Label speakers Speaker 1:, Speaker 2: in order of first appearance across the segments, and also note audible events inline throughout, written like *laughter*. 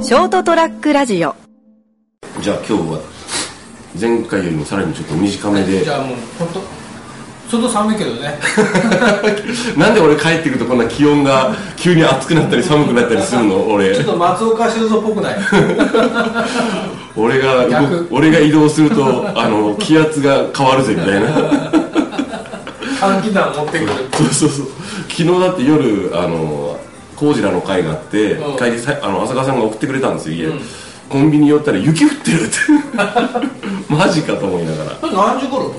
Speaker 1: ショートトラックラジオ
Speaker 2: じゃあ今日は前回よりもさらにちょっと短めで
Speaker 3: じゃあもう本当外寒いけどね *laughs*
Speaker 2: なんで俺帰ってくるとこんな気温が急に暑くなったり寒くなったりするの俺
Speaker 3: ちょっと松岡修造っぽくない
Speaker 2: 俺が動く
Speaker 3: 逆
Speaker 2: 俺が移動するとあの気圧が変わるぜみたいな
Speaker 3: 換気弾持ってくる
Speaker 2: そうそうそう昨日だって夜あの工事らの会があって
Speaker 3: うん
Speaker 2: 帰りさあの浅川さんが送ってくれたんですよ家、
Speaker 3: うん
Speaker 2: コンビニ寄ったら雪降ってるって *laughs* マジかと思いながら
Speaker 3: これ何時頃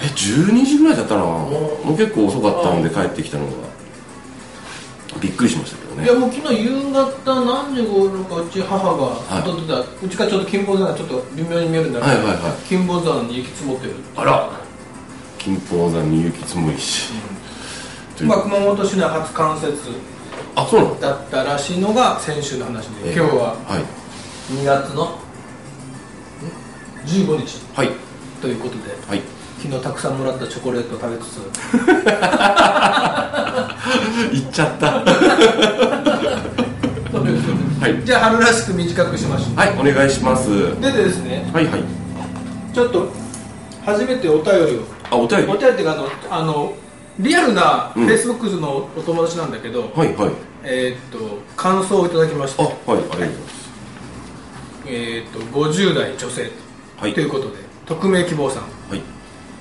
Speaker 2: え12時ぐらいだったなもう結構遅かったんで帰ってきたのがびっくりしましたけど
Speaker 3: い
Speaker 2: ね
Speaker 3: やもう昨日夕方何時頃かうち母が外出た、うちからちょっと金峰山がちょっと微妙に見えるんだけど、
Speaker 2: はいはいはい
Speaker 3: 金峰山に雪積もってる
Speaker 2: あら金峰山に雪積もりし、という
Speaker 3: まあ熊本市内初冠雪
Speaker 2: あそうなの
Speaker 3: だったらしいのが先週の話で、
Speaker 2: えー
Speaker 3: 今日は
Speaker 2: はい
Speaker 3: 2月のん15日
Speaker 2: はい
Speaker 3: ということで
Speaker 2: はい *laughs*
Speaker 3: 昨日たくさんもらったチョコレートを食べつつ
Speaker 2: 行っちゃったはい
Speaker 3: *laughs* じゃあ春らしく短くしましょう
Speaker 2: はいお願いしますは
Speaker 3: でですね
Speaker 2: いはい
Speaker 3: ちょっと初めてお便りを
Speaker 2: あお便り
Speaker 3: お
Speaker 2: はい
Speaker 3: 便りっていうかあのあのリアルな
Speaker 2: うん
Speaker 3: Facebook のお友達なんだけど、
Speaker 2: はい
Speaker 3: えーっと感想をいただきまし
Speaker 2: あは
Speaker 3: た
Speaker 2: いありがとうございます
Speaker 3: えーっと50代女性
Speaker 2: はい
Speaker 3: ということで匿名希望さん、
Speaker 2: はい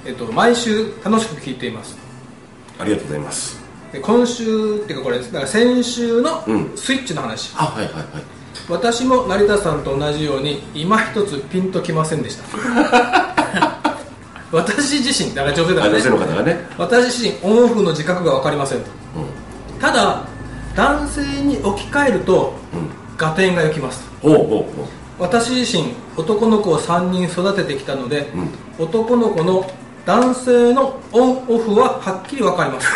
Speaker 3: えーっと毎週楽しく聞いています
Speaker 2: ありがとうございます
Speaker 3: で今週っていうかこれだから先週の
Speaker 2: うん
Speaker 3: スイッチの話、
Speaker 2: あはいはいはい
Speaker 3: 私も成田さんと同じように今一つピンときません
Speaker 2: *laughs*
Speaker 3: でした私自身だから女性だか
Speaker 2: あ
Speaker 3: ら
Speaker 2: 女
Speaker 3: ね
Speaker 2: 性の方がね
Speaker 3: 私自身オンオフの自覚が分かりませんと
Speaker 2: うん
Speaker 3: ただ男性に置き換えると
Speaker 2: うん
Speaker 3: 合点がいきます
Speaker 2: おうおうおう
Speaker 3: 私自身男の子を3人育ててきたので、
Speaker 2: うん
Speaker 3: 男の子の男性のオンオフははっきり分かります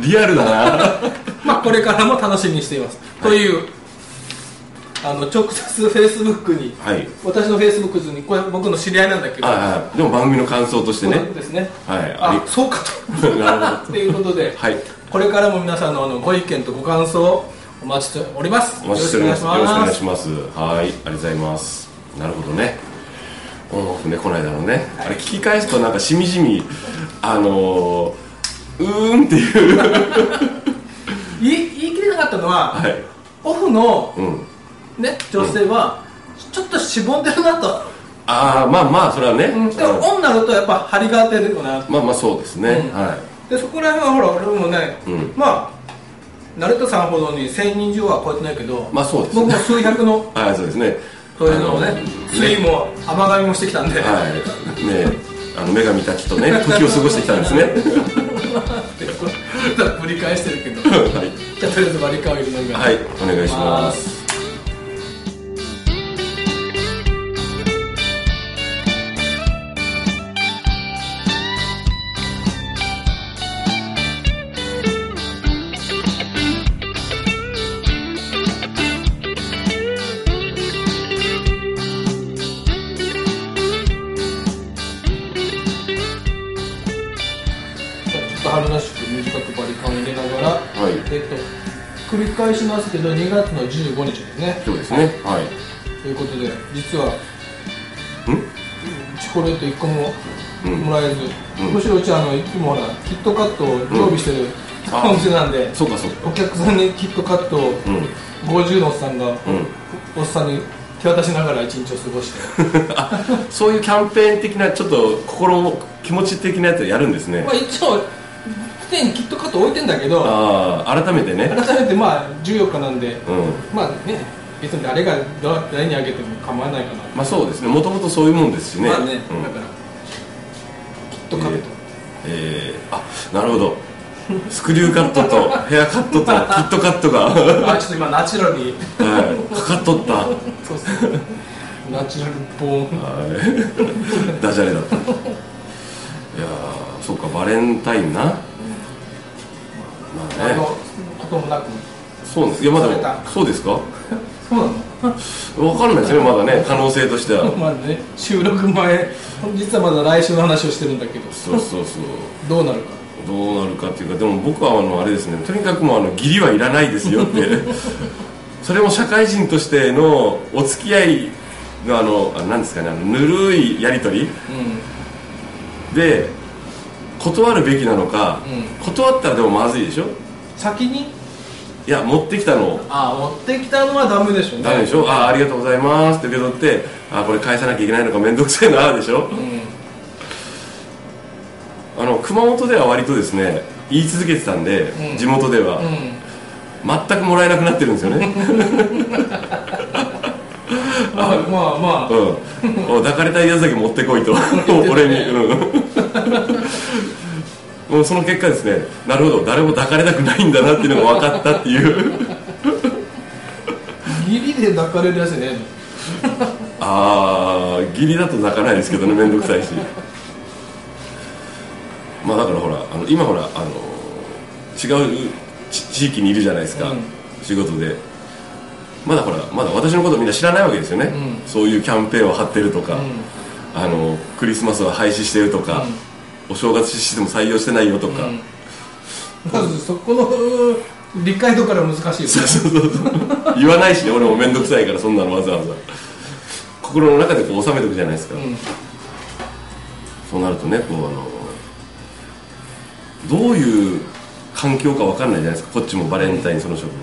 Speaker 2: リアルだな
Speaker 3: まあこれからも楽しみにしています、というあの直接フェイスブックに
Speaker 2: はい
Speaker 3: 私のフェイスブックにこれ僕の知り合いなんだけど
Speaker 2: ああでも番組の感想として *laughs* ね
Speaker 3: そうですね
Speaker 2: はいあり
Speaker 3: あそうか
Speaker 2: なるほどは
Speaker 3: とっていうこと
Speaker 2: い
Speaker 3: でこれからも皆さんのあのご意見とご感想をお待ちしております。
Speaker 2: お待ちしておりますよろしくお願いし
Speaker 3: ま
Speaker 2: ますはいありがとうございますなるほどねオンオフねこの間のねあれ聞き返すとなんかしみじみあのー、うーんっていう *laughs*
Speaker 3: す。言い言い切れなかったのは、
Speaker 2: はい
Speaker 3: オフの
Speaker 2: うん
Speaker 3: ね女性は、ちょっとしぼんでるなと。
Speaker 2: ああまあまあそれはね、
Speaker 3: うん、でもオンになるとやっぱ張りが出るよな。
Speaker 2: まあまあそうですね、
Speaker 3: うん
Speaker 2: はい
Speaker 3: でそこら辺はほら俺もね、
Speaker 2: うん
Speaker 3: まあ成田さんほどに1000人以上は超えてないけど、
Speaker 2: まあそうです
Speaker 3: 僕も数百の
Speaker 2: はいそうですね
Speaker 3: そういうのをね
Speaker 2: あの、
Speaker 3: 水も甘がみもしてきたんで、 *laughs*
Speaker 2: はいねあの女神たちとね時を過ごしてきたんですね
Speaker 3: *laughs* ぶり返してるけど、
Speaker 2: は
Speaker 3: じゃあとりあえず割り勘を入れながら。
Speaker 2: い、はい、お願いします
Speaker 3: ちょっと春らしく短くバリカンを入れながら、
Speaker 2: い
Speaker 3: えっと繰り返しますけど2月の15日ですね
Speaker 2: そうですねはい
Speaker 3: ということで実は
Speaker 2: ん
Speaker 3: チョコレート1個も
Speaker 2: うん
Speaker 3: もらえず、
Speaker 2: うん
Speaker 3: むしろうちあのいつもほらキットカットを常備してる
Speaker 2: あ
Speaker 3: お店なんで、
Speaker 2: そうかそうか
Speaker 3: お客さんにキットカットを
Speaker 2: うんうん
Speaker 3: 50のおっさんが、おっさんに手渡しながら一日を過ごして
Speaker 2: *laughs* そういうキャンペーン的なちょっと心気持ち的なやつやるんですね
Speaker 3: まあ一応常にキットカット置いてんだけど
Speaker 2: ああ改めてね
Speaker 3: 改めてまあ14日なんで
Speaker 2: うん
Speaker 3: まあね別に誰が誰にあげても構わないかな
Speaker 2: まあそうですねもともとそういうもんですしね,、
Speaker 3: まあね、
Speaker 2: うん
Speaker 3: だからきっとカット、
Speaker 2: えーえーあなるほどスクリューカットとヘアカットとキットカットが、 *laughs* は
Speaker 3: あちょっと今ナチュラルに
Speaker 2: い、かかっとったは
Speaker 3: そうそうナチュラルボーン
Speaker 2: いダジャレだったいやーそうかバレンタインな、まあ
Speaker 3: あの
Speaker 2: ね
Speaker 3: こともなく
Speaker 2: そうですいやま
Speaker 3: 冷めた
Speaker 2: だそうですか
Speaker 3: そうなの
Speaker 2: わかんないですねまだね可能性としては
Speaker 3: まあね収録前実はまだ来週の話をしてるんだけど
Speaker 2: そうそうそう
Speaker 3: どうなるか
Speaker 2: どうなるかっていうかでも僕はあのあれですねとにかくもうあの義理はいらないですよって *laughs* それも社会人としてのお付き合いのあのあなんですかねあのぬるいやり取りで断るべきなのか、
Speaker 3: う
Speaker 2: 断ったらでもまずいでしょ
Speaker 3: 先に
Speaker 2: いや持ってきたのを
Speaker 3: あ持ってきたのはダメでしょうね
Speaker 2: ダメでしょ、ああありがとうございますって受け取ってあこれ返さなきゃいけないのか面倒くせえなでしょ
Speaker 3: うん
Speaker 2: あの熊本では割とですね言い続けてたんで、
Speaker 3: うん
Speaker 2: 地元では、
Speaker 3: うん
Speaker 2: 全くもらえなくなってるんですよね
Speaker 3: まあまあま
Speaker 2: *laughs*
Speaker 3: あ
Speaker 2: うんお抱かれたいやつだけ持ってこいと俺に、うん、もうその結果ですねなるほど誰も抱かれたくないんだなっていうのが分かったっていう
Speaker 3: ギリで抱かれるやつね
Speaker 2: ああ義理だと抱かないですけど
Speaker 3: *laughs*
Speaker 2: ね面倒くさいしまあだからほらあの今ほらあの違うち地域にいるじゃないですか、
Speaker 3: うん
Speaker 2: 仕事でまだほらまだ私のことみんな知らないわけですよね、
Speaker 3: う
Speaker 2: そういうキャンペーンを張ってるとか、
Speaker 3: う
Speaker 2: あのクリスマスは廃止してるとか、お正月システム採用してないよとか、
Speaker 3: ん、うん、まずそこの理解度から難しいよ
Speaker 2: そうそうそうそう言わないしね俺も面倒くさいからそんなのわざわざ心の中でこう収めておくじゃないですか、
Speaker 3: ね
Speaker 2: そうなるとねこうあのどういう環境かわかんないじゃないですかこっちもバレンタインその職場が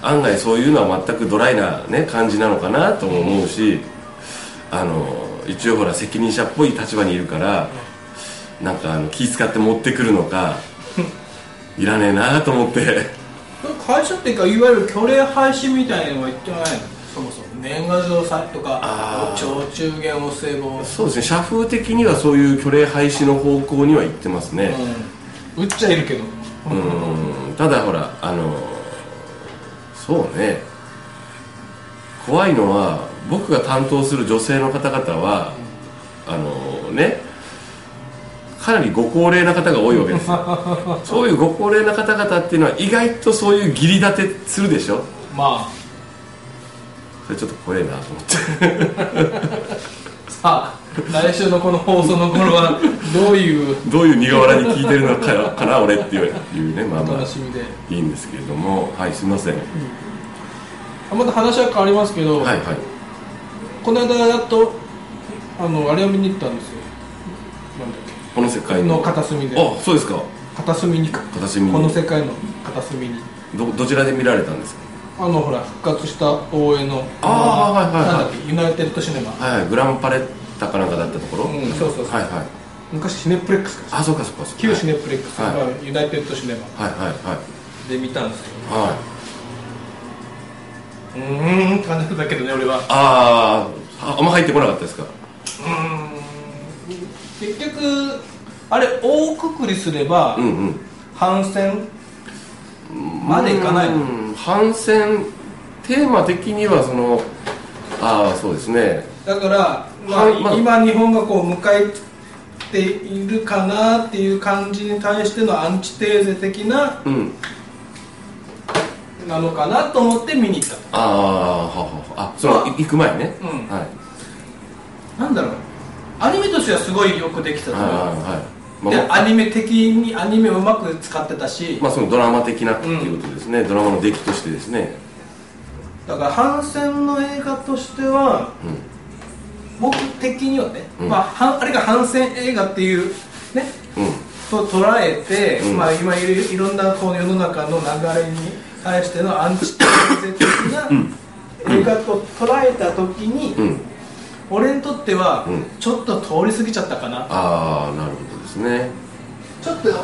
Speaker 2: 案外そういうのは全くドライな、ね、感じなのかなとも思うし、あの一応ほら責任者っぽい立場にいるからなんかあの気使って持ってくるのかいらねえなと思って
Speaker 3: うん、会社っていうかいわゆる虚礼廃止みたいのは言ってないのそもそも年賀状さとか
Speaker 2: あー
Speaker 3: 超中元お歳暮
Speaker 2: そうですね社風的にはそういう虚礼廃止の方向には行ってますね、
Speaker 3: うん売っちゃいるけど
Speaker 2: うんただほらあのそうね怖いのは僕が担当する女性の方々はあのねかなりご高齢な方が多いわけです *laughs* よそういうご高齢な方々っていうのは意外とそういう義理立てするでしょ
Speaker 3: まあ
Speaker 2: それちょっと怖えなと思って *laughs*
Speaker 3: さあ *laughs* 来週のこの放送の頃はどういう
Speaker 2: どういう苦笑いに聞いてるのかなかな俺っていういうねまあ
Speaker 3: お
Speaker 2: まあ
Speaker 3: 楽しみで
Speaker 2: いいんですけれどもはいすいませんはい
Speaker 3: あまた話は変わりますけど、
Speaker 2: はい
Speaker 3: この間やっとあのあれを見に行ったんですよなんだっ
Speaker 2: この世
Speaker 3: け
Speaker 2: 界
Speaker 3: の
Speaker 2: の
Speaker 3: 片隅で
Speaker 2: あそうですか
Speaker 3: 片隅にか
Speaker 2: 片隅に
Speaker 3: この世界の片隅に
Speaker 2: どどちらで見られたんですか
Speaker 3: あのほら復活した大江の
Speaker 2: あーはいはいはい
Speaker 3: なんだっけユナイテッドシネマ
Speaker 2: はいはいグランパレッタかなんかだったところ、
Speaker 3: うんそうそうそう
Speaker 2: はいはい
Speaker 3: 昔シネプレックスか
Speaker 2: あそうかそうかそうか
Speaker 3: 旧シネプレックス、
Speaker 2: はい
Speaker 3: まあユナイテッドシネマ
Speaker 2: はいはいはい
Speaker 3: で見たんですけど
Speaker 2: はい
Speaker 3: うんーんって感じだったけどね俺は
Speaker 2: あーああんま入ってこなかったですか
Speaker 3: 結局あれ大くくりすれば、
Speaker 2: うんうん
Speaker 3: 反戦までいかないの
Speaker 2: うん反戦テーマ的にはそのああそうですね
Speaker 3: だから、まあ
Speaker 2: はいまあ
Speaker 3: 今日本がこう迎えているかなっていう感じに対してのアンチテーゼ的な
Speaker 2: うん
Speaker 3: なのかなと思って見に行った
Speaker 2: ああはははあそのい行く前ね、
Speaker 3: うん
Speaker 2: はい
Speaker 3: なんだろうアニメとしてはすごいよくできてたと
Speaker 2: はい
Speaker 3: 思う
Speaker 2: はいはいま
Speaker 3: で
Speaker 2: あまあ
Speaker 3: アニメ的にアニメをうまく使ってたし、
Speaker 2: まあそのドラマ的なっていうことですね、ドラマの出来としてですね
Speaker 3: だから反戦の映画としては、
Speaker 2: うん
Speaker 3: 僕的にはね、
Speaker 2: うん
Speaker 3: まあはん、あれが反戦映画っていうね
Speaker 2: う
Speaker 3: と捉えて、
Speaker 2: うん
Speaker 3: まあ、今いるいろんなこの世の中の流れに対してのアンチテーゼ的な映画と捉えた時に、
Speaker 2: んうん
Speaker 3: 俺にとっては
Speaker 2: うん
Speaker 3: ちょっと通り過ぎちゃったかな、
Speaker 2: ああなるほどですね
Speaker 3: ちょっともう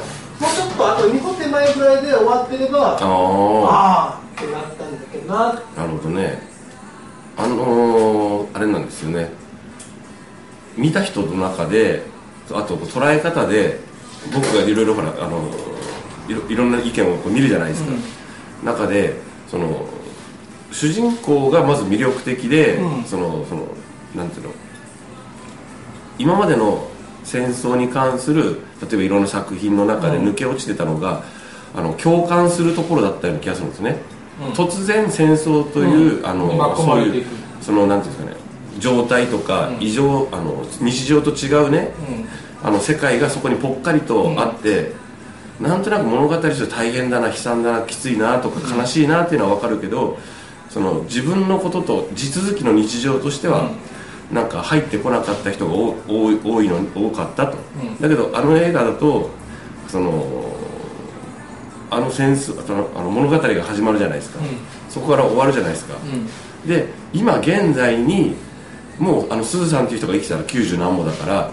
Speaker 3: ちょっとあと2歩手前ぐらいで終わってればあ
Speaker 2: あ
Speaker 3: あーってなったんだけどな
Speaker 2: あなるほどねあのー、あれなんですよね見た人の中であと捉え方で僕がいろいろほらあのいろいろんな意見をこう見るじゃないですか、中でその主人公がまず魅力的で、
Speaker 3: うん
Speaker 2: そのそのなんていうの今までの戦争に関する例えばいろんな作品の中で
Speaker 3: うん
Speaker 2: 抜け落ちてたのが、あの共感するところだったような気がするんですね、
Speaker 3: うん
Speaker 2: 突然戦争という、
Speaker 3: うん
Speaker 2: あ
Speaker 3: 巻
Speaker 2: の
Speaker 3: き込
Speaker 2: そ
Speaker 3: ま
Speaker 2: う
Speaker 3: れて
Speaker 2: い
Speaker 3: いうく
Speaker 2: そのなんていうんですかね状態とか、
Speaker 3: うん
Speaker 2: 異常あの日常と違うね
Speaker 3: うん
Speaker 2: あの世界がそこにぽっかりとあって、なんとなく物語として大変だな悲惨だなきついなとか悲しいなっていうのは分かるけど、その自分のことと地続きの日常としては、なんか入ってこなかった人が多多い多いの多かったと、
Speaker 3: うん
Speaker 2: だけどあの映画だとそのあのセンスそのあの物語が始まるじゃないですか、そこから終わるじゃないですか、
Speaker 3: うん
Speaker 2: で今現在にもうあのすずさんっていう人が生きたら90何もだから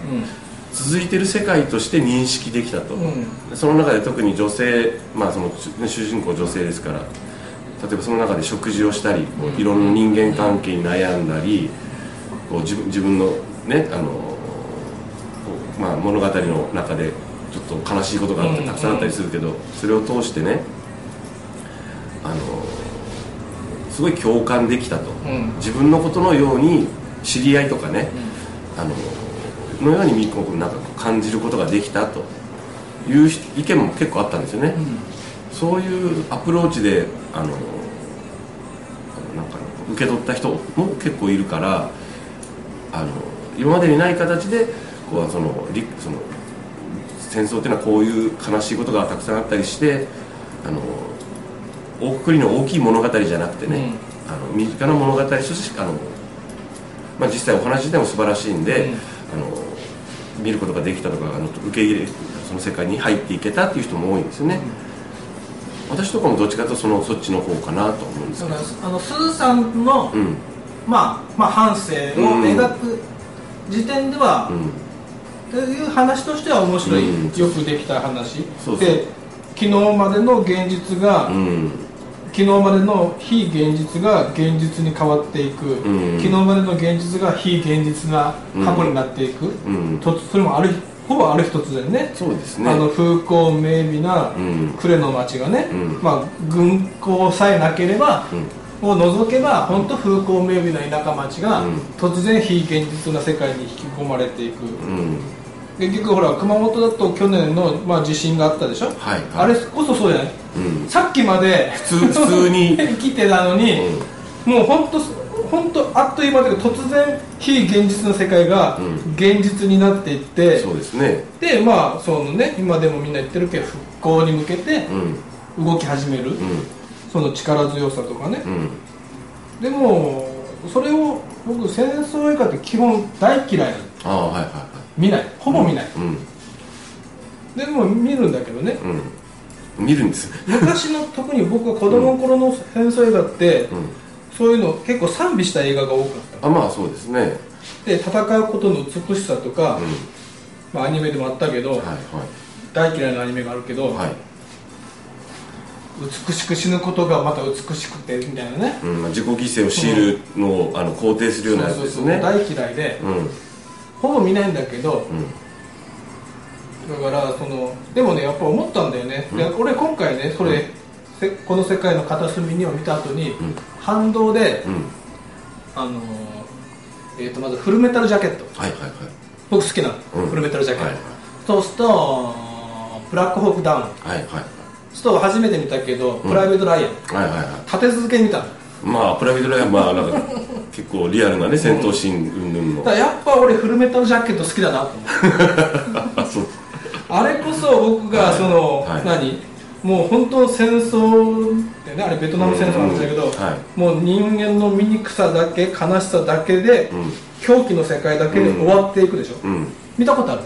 Speaker 2: 続いてる世界として認識できたと、
Speaker 3: うんうん
Speaker 2: その中で特に女性、まあ、そのね主人公女性ですから例えばその中で食事をしたりこういろんな人間関係に悩んだりこう自分自分のねあのこうまあ、物語の中でちょっと悲しいことがあっ
Speaker 3: う
Speaker 2: て
Speaker 3: ん
Speaker 2: たくさんあったりするけどそれを通してねあのすごい共感できたと
Speaker 3: うん
Speaker 2: 自分のことのように知り合いとかねあののようにみこうなんかこう感じることができたというひ意見も結構あったんですよね、そういうアプローチであのなんか受け取った人も結構いるからあの今までにない形でこうそのりその戦争っていうのはこういう悲しいことがたくさんあったりしてあの大くくりの大きい物語じゃなくてね、あの身近な物語としてあの、まあ、実際お話自体も素晴らしいんで、
Speaker 3: うん
Speaker 2: あの見ることができたとかあの受け入れその世界に入っていけたっていう人も多いんですよね、私とかもどっちかというとそのそっちの方かなと思うんです
Speaker 3: そ
Speaker 2: けど
Speaker 3: のあのスーさんの、
Speaker 2: うん
Speaker 3: まあまあ、反省を描く時点では、
Speaker 2: うん
Speaker 3: という話としては面白い、
Speaker 2: うん
Speaker 3: よくできた話
Speaker 2: そうそう
Speaker 3: で昨日までの現実が、
Speaker 2: うん
Speaker 3: 昨日までの非現実が現実に変わっていく、
Speaker 2: ん
Speaker 3: 昨日までの現実が非現実な過去になっていく、
Speaker 2: うん
Speaker 3: とそれもあるほぼある一つでね
Speaker 2: そうですね
Speaker 3: あの風光明媚な
Speaker 2: うん
Speaker 3: 呉の町がね、
Speaker 2: うん
Speaker 3: まあ、軍港さえなければ、
Speaker 2: うん
Speaker 3: を除けば本当風光明媚な田舎町が、
Speaker 2: うん
Speaker 3: 突然非現実な世界に引き込まれていく、
Speaker 2: うん
Speaker 3: 結局ほら熊本だと去年の、まあ、地震があったでしょ、
Speaker 2: はいはい
Speaker 3: あれこそそうじゃない
Speaker 2: うん
Speaker 3: さっきまで
Speaker 2: 通普通に
Speaker 3: *laughs* 生きてたのに、もう本当本当あっという間で突然非現実の世界が
Speaker 2: うん
Speaker 3: 現実になっていって、
Speaker 2: そうですね
Speaker 3: でまあそのね今でもみんな言ってるけど復興に向けて
Speaker 2: うん
Speaker 3: 動き始める、
Speaker 2: うん
Speaker 3: その力強さとかね
Speaker 2: う、ん
Speaker 3: でもそれを僕戦争映画って基本大嫌い
Speaker 2: ああはいはいはい
Speaker 3: 見ないほぼ見ない、
Speaker 2: うん
Speaker 3: でも見るんだけどね
Speaker 2: うん見るんです *laughs*
Speaker 3: 昔の特に僕は子供の頃の戦争映画って、
Speaker 2: うん
Speaker 3: そういうの結構賛美した映画が多かった
Speaker 2: あまあそうですね
Speaker 3: で戦うことの美しさと
Speaker 2: う
Speaker 3: か、
Speaker 2: ん
Speaker 3: まあ、アニメでもあったけど、
Speaker 2: はいはい
Speaker 3: 大嫌いなアニメがあるけど、
Speaker 2: はい
Speaker 3: 美しく死ぬことがまた美しくてみたいなね
Speaker 2: うんまあ自己犠牲を強いるのをあの肯定するようなやつですね
Speaker 3: 大嫌いで
Speaker 2: うん
Speaker 3: ほぼ見ないんだけど
Speaker 2: うん
Speaker 3: だからそのでもねやっぱ思ったんだよね、で俺今回ねそれ、せこの世界の片隅にを見た後に、
Speaker 2: ん
Speaker 3: 反動で、
Speaker 2: うん
Speaker 3: あのーえー、とまずフルメタルジャケット
Speaker 2: はいはいはい
Speaker 3: 僕好きなの、
Speaker 2: うん
Speaker 3: フルメタルジャケッ
Speaker 2: は
Speaker 3: ト、
Speaker 2: い
Speaker 3: そうするとブラックホークダウン
Speaker 2: はいはい
Speaker 3: ストー初めて見たけど、プライベート・ライアン
Speaker 2: はいはいはい
Speaker 3: 立て続けに見たの
Speaker 2: まあプライベートライアンまあなんか結構リアルな
Speaker 3: *laughs*
Speaker 2: ね戦闘シーン云々
Speaker 3: だからやっぱ俺フルメタルジャケット好きだなと思って
Speaker 2: のあ *laughs* そう
Speaker 3: あれこそ僕がその、
Speaker 2: はい
Speaker 3: 何もう本当の戦争ってねあれベトナム戦争なんだけど、
Speaker 2: うんは
Speaker 3: もう人間の醜さだけ悲しさだけで、
Speaker 2: ん
Speaker 3: 狂気の世界だけで終わっていくでしょ、
Speaker 2: うん
Speaker 3: 見たことある、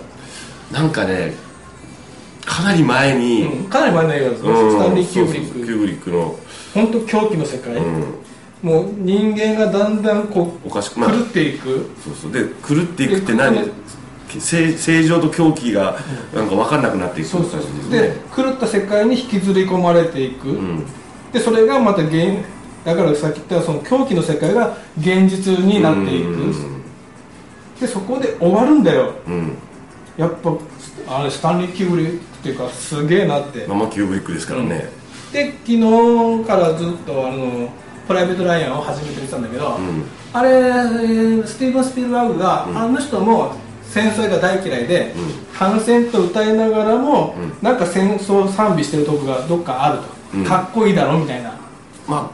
Speaker 2: なんかねかなり前に
Speaker 3: うんかなり前の映画ですね、
Speaker 2: うん
Speaker 3: スタンリー・キューブリッ
Speaker 2: そうそうそうキ
Speaker 3: ク
Speaker 2: ューブリックの
Speaker 3: 本当狂気の世界、
Speaker 2: うん
Speaker 3: もう人間がだんだんこう
Speaker 2: おかしくまあ
Speaker 3: 狂っていく、
Speaker 2: そうそうで狂っていくって何
Speaker 3: で
Speaker 2: 正正常と狂気がなんか分かんなくなっていく
Speaker 3: そうそう
Speaker 2: 感じ
Speaker 3: で
Speaker 2: ね
Speaker 3: 狂った世界に引きずり込まれていく、
Speaker 2: うん
Speaker 3: でそれがまた現だからさっき言ったその狂気の世界が現実になっていく、
Speaker 2: うん
Speaker 3: でそこで終わるんだよ
Speaker 2: うん
Speaker 3: やっぱあれスタンリー・キューブリックっていうかすげえなって、
Speaker 2: ママキューブリックですからね
Speaker 3: で昨日からずっとあのプライベート・ライアンを初めて見てたんだけど、
Speaker 2: ん
Speaker 3: あれえースティーブン・スピルバーグが、あの人も戦争が大嫌いで、反戦と歌いながらも、なんか戦争を賛美してるとこがどっかあると、
Speaker 2: うん
Speaker 3: かっこいいだろみたいな、
Speaker 2: ま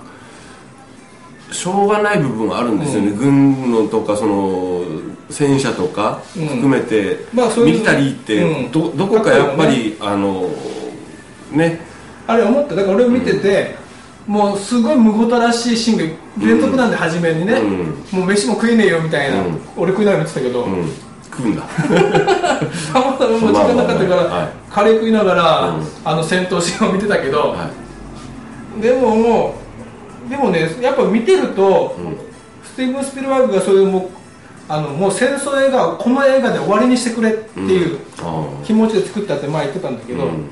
Speaker 2: あしょうがない部分はあるんですよね、軍のとかその戦車とか
Speaker 3: うん
Speaker 2: 含めて、
Speaker 3: まあそういう
Speaker 2: ミリタリーって
Speaker 3: うん
Speaker 2: どどこかやっぱ
Speaker 3: かっこいい
Speaker 2: り、あのね
Speaker 3: あれ思っただから俺を見てて、もうすごい無事らしいシーンが連続なんで初めにね、
Speaker 2: うん
Speaker 3: もう飯も食えねえよみたいな、
Speaker 2: うん
Speaker 3: 俺食いながら見てたけど、
Speaker 2: うん食う
Speaker 3: *laughs*
Speaker 2: んだ
Speaker 3: たまたまもう時間な
Speaker 2: まあまあまあ
Speaker 3: かったか
Speaker 2: はい
Speaker 3: らカレー食いながら、
Speaker 2: うん
Speaker 3: あの戦闘シーンを見てたけど、
Speaker 2: は
Speaker 3: でももうでもねやっぱ見てると、
Speaker 2: い、うん
Speaker 3: スティーブン・スピルバーグがそういうもうあのもう戦争映画をこの映画で終わりにしてくれっていう
Speaker 2: あー
Speaker 3: 気持ちで作ったって前言ってたんだけど、
Speaker 2: うん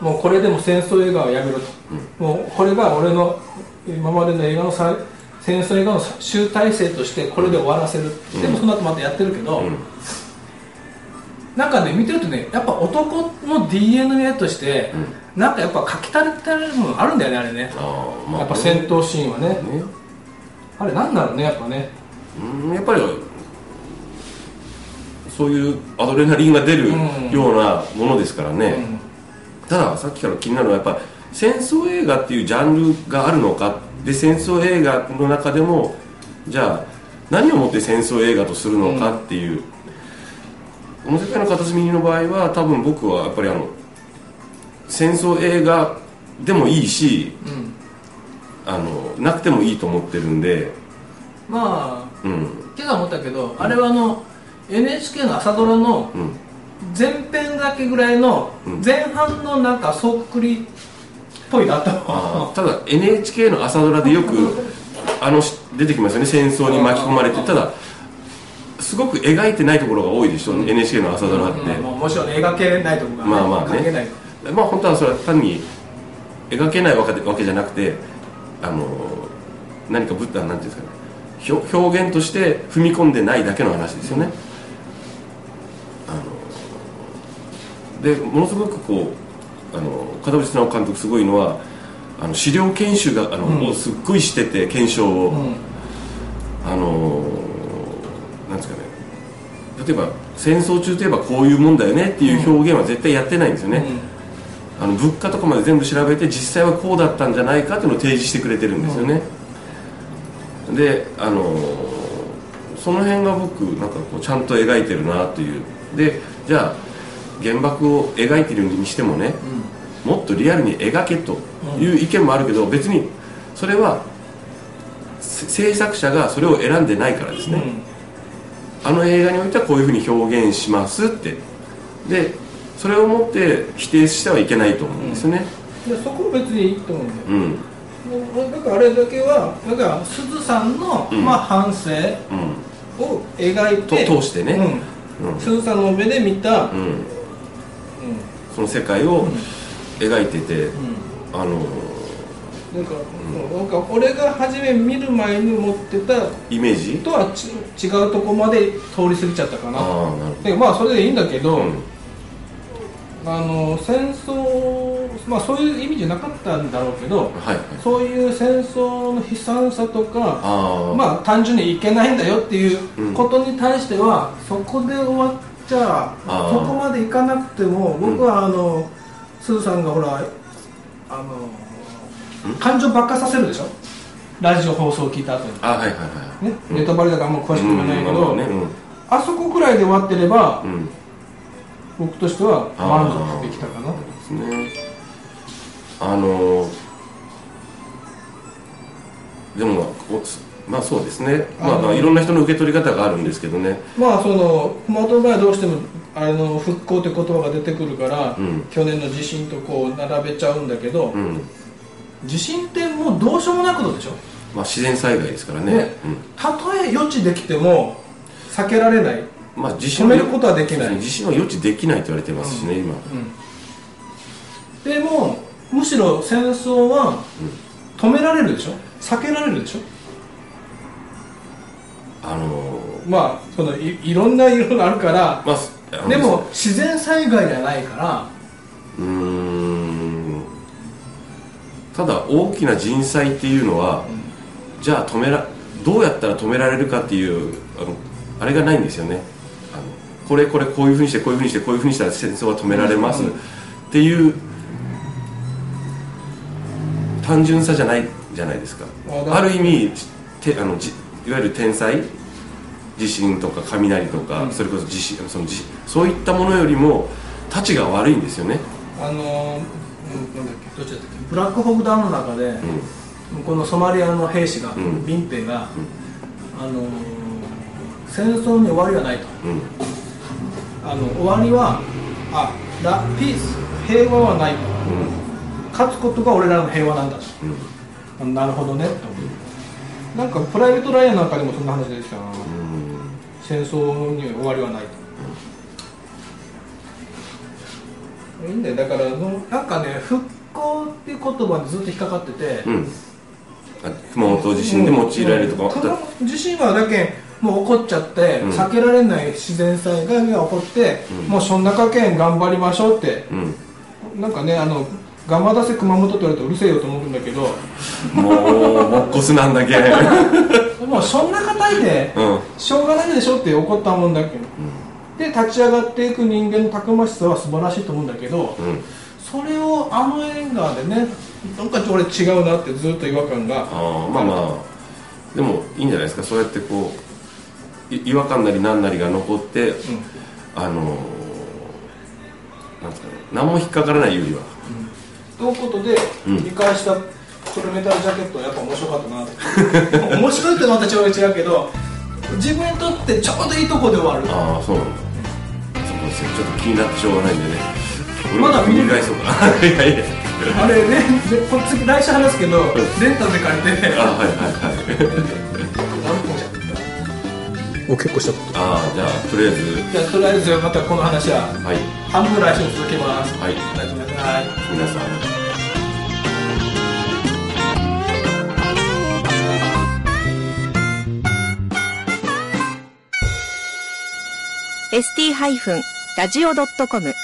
Speaker 3: もうこれでも戦争映画はやめろと、もうこれが俺の今までの映画のさ戦争映画の集大成としてこれで終わらせる、
Speaker 2: うん
Speaker 3: でもその後またやってるけど、
Speaker 2: うん
Speaker 3: なんかね見てるとねやっぱ男の DNA として、なんかやっぱ書き足りてるものあるんだよねあれね、
Speaker 2: あーまあ
Speaker 3: やっぱ戦闘シーンはね
Speaker 2: ね
Speaker 3: あれなんだろうねやっぱね
Speaker 2: うんやっぱりそういうアドレナリンが出る
Speaker 3: うん
Speaker 2: ようなものですからね、
Speaker 3: うん
Speaker 2: たださっきから気になるのはやっぱ戦争映画っていうジャンルがあるのかで戦争映画の中でもじゃあ何をもって戦争映画とするのかっていう、この世界の片隅にの場合は多分僕はやっぱりあの戦争映画でもいいし
Speaker 3: うん
Speaker 2: あのなくてもいいと思ってるんで、
Speaker 3: ま
Speaker 2: う
Speaker 3: あ
Speaker 2: ん、
Speaker 3: 今朝思ったけどあれはあの NHK の朝ドラの
Speaker 2: うん、
Speaker 3: 前編だけぐらいの
Speaker 2: うん
Speaker 3: 前半のなんかそっくりっぽいなと
Speaker 2: あ *laughs* ーただ NHK の朝ドラでよくあのし出てきますよね戦争に巻き込まれてただすごく描いてないところが多いでしょ、NHK の朝ドラって、
Speaker 3: うんまあもちろん描けないとこが、
Speaker 2: まあまあね
Speaker 3: 描けない
Speaker 2: まあ本当はそれは単に描けないわけでわけじゃなくてあのー何かぶったなんていうんですかねひょ表現として踏み込んでないだけの話ですよね、あのーでものすごくこうあのー片渕直監督すごいのはあの資料研修があの、
Speaker 3: うん
Speaker 2: もうすっごいしてて検証を、
Speaker 3: うん
Speaker 2: あのーなんですかね例えば戦争中といえばこういうもんだよねっていう表現は絶対やってないんですよね、あの物価とかまで全部調べて実際はこうだったんじゃないかっていうのを提示してくれてるんですよね、であのーその辺が僕なんかこうちゃんと描いてるなというでじゃあ原爆を描いてるにしてもね
Speaker 3: うんうん
Speaker 2: もっとリアルに描けという意見もあるけど別にそれはせ制作者がそれを選んでないからですね、あの映画においてはこういうふうに表現しますってでそれをもって否定してはいけないと思うんですよね
Speaker 3: うんでそこは別にいいと思うんだよ
Speaker 2: うん
Speaker 3: もうだからあれだけはだからすずさんの、
Speaker 2: うん
Speaker 3: まあ、反省
Speaker 2: うん
Speaker 3: を描い
Speaker 2: と
Speaker 3: て
Speaker 2: 通してねうん、
Speaker 3: うん、すずさんの目で見た、うん
Speaker 2: うんその世界を描いてて、
Speaker 3: う
Speaker 2: あの
Speaker 3: ん、なんか、なんか俺が初め見る前に持ってた
Speaker 2: イメージ
Speaker 3: とはち違うとこまで通り過ぎちゃったかな
Speaker 2: ああなる
Speaker 3: でまあそれでいいんだけど、
Speaker 2: ほど、うん
Speaker 3: あの戦争まあそういう意味じゃなかったんだろうけど
Speaker 2: はいはい
Speaker 3: そういう戦争の悲惨さとか
Speaker 2: ああ
Speaker 3: まあ単純にいけないんだよっていう
Speaker 2: うん
Speaker 3: ことに対しては、そこで終わっちゃ
Speaker 2: あ
Speaker 3: そ
Speaker 2: ー
Speaker 3: こまでいかなくても僕はあの、すずさんがほらあの感情爆破させるでしょラジオ放送を聞いた後に、
Speaker 2: あはいはいはい
Speaker 3: ね、ネタバレだからあんま詳しく
Speaker 2: う
Speaker 3: 言
Speaker 2: ん
Speaker 3: えないけ
Speaker 2: ま
Speaker 3: ど、
Speaker 2: あねうん
Speaker 3: あそこくらいで終わってれば
Speaker 2: うん
Speaker 3: 僕としては満足できたかな
Speaker 2: あーそうですねあのでもおまあそうですねまあま
Speaker 3: あの
Speaker 2: あいろんな人の受け取り方があるんですけどね
Speaker 3: まあその熊本の場合はどうしてもあの復興という言葉が出てくるから、
Speaker 2: うん
Speaker 3: 去年の地震とこう並べちゃうんだけど、
Speaker 2: うん
Speaker 3: 地震ってもうどうしようもないことでしょ
Speaker 2: まあ自然災害ですからね
Speaker 3: ね
Speaker 2: うん
Speaker 3: たとえ予知できても避けられない、
Speaker 2: まあ地震
Speaker 3: 止めることはできない
Speaker 2: 地震は予知できないと言われてますしね今
Speaker 3: でもむしろ戦争は止められるでしょ避けられるでしょ
Speaker 2: あの
Speaker 3: まあそのいいろんな色があるから
Speaker 2: まあすあの
Speaker 3: でも自然災害じゃないから
Speaker 2: うーんただ大きな人災っていうのは、じゃあ止めらどうやったら止められるかっていうあのあれがないんですよねあのこれこれこういうふうにしてこういうふうにしてこういうふうにしたら戦争は止められます、っていう単純さじゃないじゃないですか
Speaker 3: あだか
Speaker 2: あ
Speaker 3: ら
Speaker 2: る意味てあのじいわゆる天災地震とか雷とか、
Speaker 3: うん
Speaker 2: それこそ地震その地そういったものよりもたちが悪いんですよね
Speaker 3: あのーうんなんだっけどっちだったっけブラックホグダムの中で、このソマリアの兵士が、
Speaker 2: ん
Speaker 3: ビンテが、あのー戦争に終わりはないと
Speaker 2: うん
Speaker 3: あの終わりはあラピース平和はないと勝つことが俺らの平和なんだと
Speaker 2: うん
Speaker 3: なるほどねって思うなんかプライベート・ライアンなんかでもそんな話出てきたな、
Speaker 2: うん
Speaker 3: 戦争には終わりはないと、いいんだよだからそのなんかね復興っていう言葉にずっと引っかかってて、
Speaker 2: うんあ熊本地震で用いられるとか、
Speaker 3: 熊本地震はだけもう起こっちゃって、
Speaker 2: うん
Speaker 3: 避けられない自然災害が起こって、
Speaker 2: うん
Speaker 3: もうそんなかけん頑張りましょうって
Speaker 2: うん
Speaker 3: なんかねあの「頑張らせ熊本」って言われてうるせえよと思うんだけど
Speaker 2: もうもっこすなんだけ
Speaker 3: もうそんな硬いで
Speaker 2: うん
Speaker 3: しょうがないでしょって怒ったもんだけど、で立ち上がっていく人間のたくましさは素晴らしいと思うんだけど、
Speaker 2: うん
Speaker 3: それをあの映画でねなんか俺違うなってずっと違和感が
Speaker 2: ああまあまあでもいいんじゃないですかそうやってこうい違和感なり何なりが残って、あのー、なんですかね何も引っかからないよりは
Speaker 3: ということで、
Speaker 2: うん
Speaker 3: 見返したトルメタルジャケットはやっぱ面白かったなって *laughs* 面白いってまた違う違うけど自分にとってちょうどいいとこで終わる
Speaker 2: ああそうなんだそうですねちょっと気になってしょうがないんでね俺も
Speaker 3: まだ見れる
Speaker 2: 見返そうか *laughs* ないやいや
Speaker 3: あれねでこれ次来週話すけどレンタルで借りて
Speaker 2: ああはいはいはい
Speaker 3: 何分じゃお結構したこと
Speaker 2: ああじゃあとりあえず
Speaker 3: *laughs* じゃあとりあえずまたこの話は
Speaker 2: はい
Speaker 3: 半分来週続けます
Speaker 2: はい
Speaker 3: 大丈夫ですはい
Speaker 2: 皆さん
Speaker 1: ST-radio.com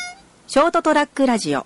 Speaker 1: ショートトラックラジオ